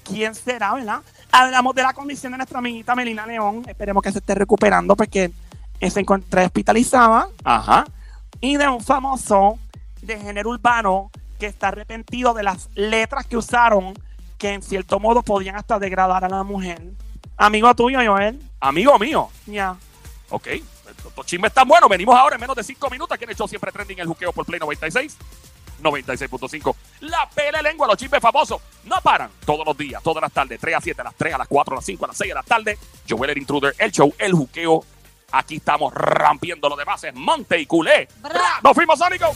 [SPEAKER 3] quién será, ¿verdad? Hablamos de la condición de nuestra amiguita Melina León. Esperemos que se esté recuperando porque eh, se encuentra hospitalizada.
[SPEAKER 2] Ajá.
[SPEAKER 3] Y de un famoso de género urbano que está arrepentido de las letras que usaron que en cierto modo podían hasta degradar a la mujer. Amigo tuyo, Joel.
[SPEAKER 2] Amigo mío.
[SPEAKER 3] Ya.
[SPEAKER 2] Ok. Los chismes están buenos. Venimos ahora en menos de 5 minutos. Aquí en el show siempre trending el juqueo por Play 96. 96.5. La pele lengua, los chismes famosos. No paran todos los días, todas las tardes. 3 a 7, a las 3, a las 4, a las 5, a las 6 de la tarde. Joel el Intruder, el show, el juqueo. Aquí estamos rompiendo los demás. Es Monte y Culé.
[SPEAKER 4] Bra.
[SPEAKER 2] Bra. ¡Nos fuimos, Sónico!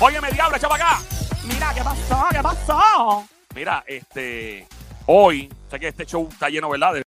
[SPEAKER 2] Óyeme, diablo, echa para acá.
[SPEAKER 3] Mira, ¿qué pasó? ¿Qué pasó?
[SPEAKER 2] Mira, este. Hoy, sé que este show está lleno, ¿verdad? De